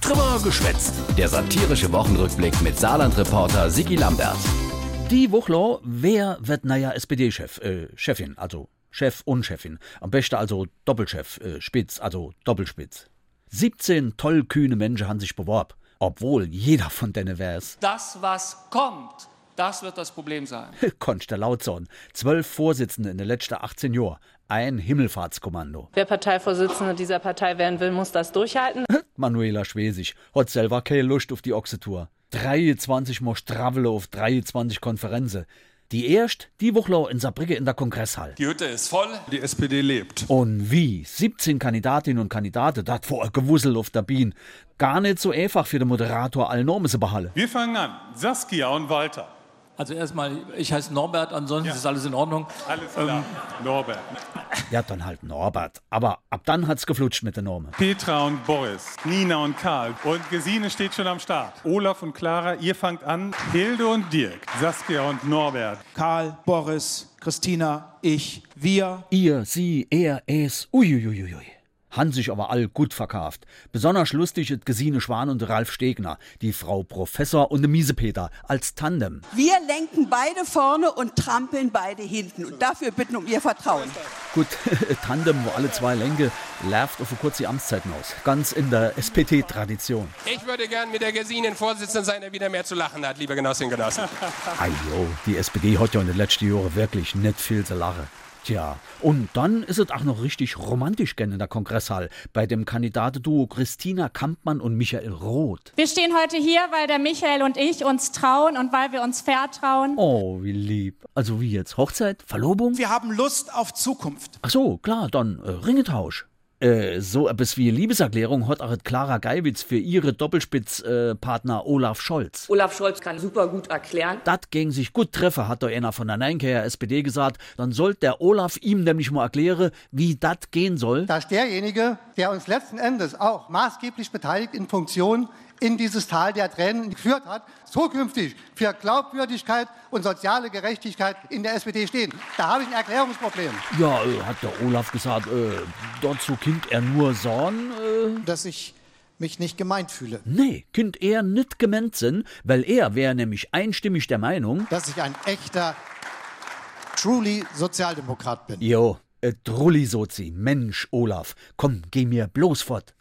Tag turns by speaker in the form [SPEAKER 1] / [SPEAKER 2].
[SPEAKER 1] Trimmer geschwätzt. Der satirische Wochenrückblick mit Saarland-Reporter Sigi Lambert.
[SPEAKER 2] Die Wuchlau, wer wird naja SPD-Chef? Äh, Chefin, also Chef und Chefin. Am besten also Doppelchef, äh, Spitz, also Doppelspitz. 17 tollkühne Menschen haben sich beworben, obwohl jeder von denen wär's.
[SPEAKER 3] Das, was kommt, das wird das Problem sein.
[SPEAKER 2] Konst der Lautzorn. Zwölf Vorsitzende in den letzten 18 Jahren. Ein Himmelfahrtskommando.
[SPEAKER 4] Wer Parteivorsitzende dieser Partei werden will, muss das durchhalten.
[SPEAKER 2] Manuela Schwesig hat selber keine Lust auf die Ochsetour. 23 Mal Stravele auf 23 Konferenzen. Die erst, die Wuchlau in Saarbrücke in der Kongresshalle.
[SPEAKER 3] Die Hütte ist voll.
[SPEAKER 5] Die SPD lebt.
[SPEAKER 2] Und wie? 17 Kandidatinnen und Kandidaten, das vor ein Gewusel auf der Bienen. Gar nicht so einfach für den Moderator, allen Normen zu behalten.
[SPEAKER 5] Wir fangen an. Saskia und Walter.
[SPEAKER 6] Also erstmal, ich heiße Norbert, ansonsten ist alles in Ordnung.
[SPEAKER 5] Alles klar. Norbert.
[SPEAKER 2] Ja, dann halt Norbert. Aber ab dann hat's geflutscht mit der Norme.
[SPEAKER 5] Petra und Boris. Nina und Karl. Und Gesine steht schon am Start. Olaf und Clara, ihr fangt an. Hilde und Dirk. Saskia und Norbert.
[SPEAKER 7] Karl, Boris, Christina, ich, wir.
[SPEAKER 2] Ihr, sie, er, es. Uiuiuiui. Han sich aber all gut verkauft. Besonders lustig ist Gesine Schwan und Ralf Stegner, die Frau Professor und der Miesepeter als Tandem.
[SPEAKER 8] Wir lenken beide vorne und trampeln beide hinten. Und dafür bitten um Ihr Vertrauen.
[SPEAKER 2] Gut, Tandem, wo alle zwei Länge, läuft auf eine kurze Amtszeiten aus. Ganz in der SPD-Tradition.
[SPEAKER 9] Ich würde gern mit der Gesinen Vorsitzenden sein, der wieder mehr zu lachen hat, liebe Genossinnen und Genossen.
[SPEAKER 2] Ajo, die SPD hat ja in den letzten Jahren wirklich nicht viel zu lachen. Tja, und dann ist es auch noch richtig romantisch gern in der Kongresshalle bei dem Kandidatenduo Christina Kampmann und Michael Roth.
[SPEAKER 10] Wir stehen heute hier, weil der Michael und ich uns trauen und weil wir uns vertrauen.
[SPEAKER 2] Oh, wie lieb. Also wie jetzt? Hochzeit? Verlobung?
[SPEAKER 7] Wir haben Lust auf Zukunft.
[SPEAKER 2] Ach so, klar, dann äh, Ringetausch. Äh, so etwas wie Liebeserklärung hat auch Clara Geiwitz für ihre Doppelspitzpartner äh, Partner Olaf Scholz.
[SPEAKER 11] Olaf Scholz kann super gut erklären.
[SPEAKER 2] Das ging sich gut treffen, hat der einer von der Neinkehr SPD gesagt. Dann sollte der Olaf ihm nämlich mal erklären, wie das gehen soll.
[SPEAKER 12] dass derjenige, der uns letzten Endes auch maßgeblich beteiligt in Funktion in dieses Tal der Tränen geführt hat, zukünftig für Glaubwürdigkeit und soziale Gerechtigkeit in der SPD stehen. Da habe ich ein Erklärungsproblem.
[SPEAKER 2] Ja, äh, hat der Olaf gesagt, äh, dazu kind er nur Sorn. Äh,
[SPEAKER 7] Dass ich mich nicht gemeint fühle.
[SPEAKER 2] nee, kind er nicht gemeint sind, weil er wäre nämlich einstimmig der Meinung,
[SPEAKER 7] Dass ich ein echter, truly Sozialdemokrat bin.
[SPEAKER 2] Jo, äh, Trulli-Sozi, Mensch, Olaf, komm, geh mir bloß fort.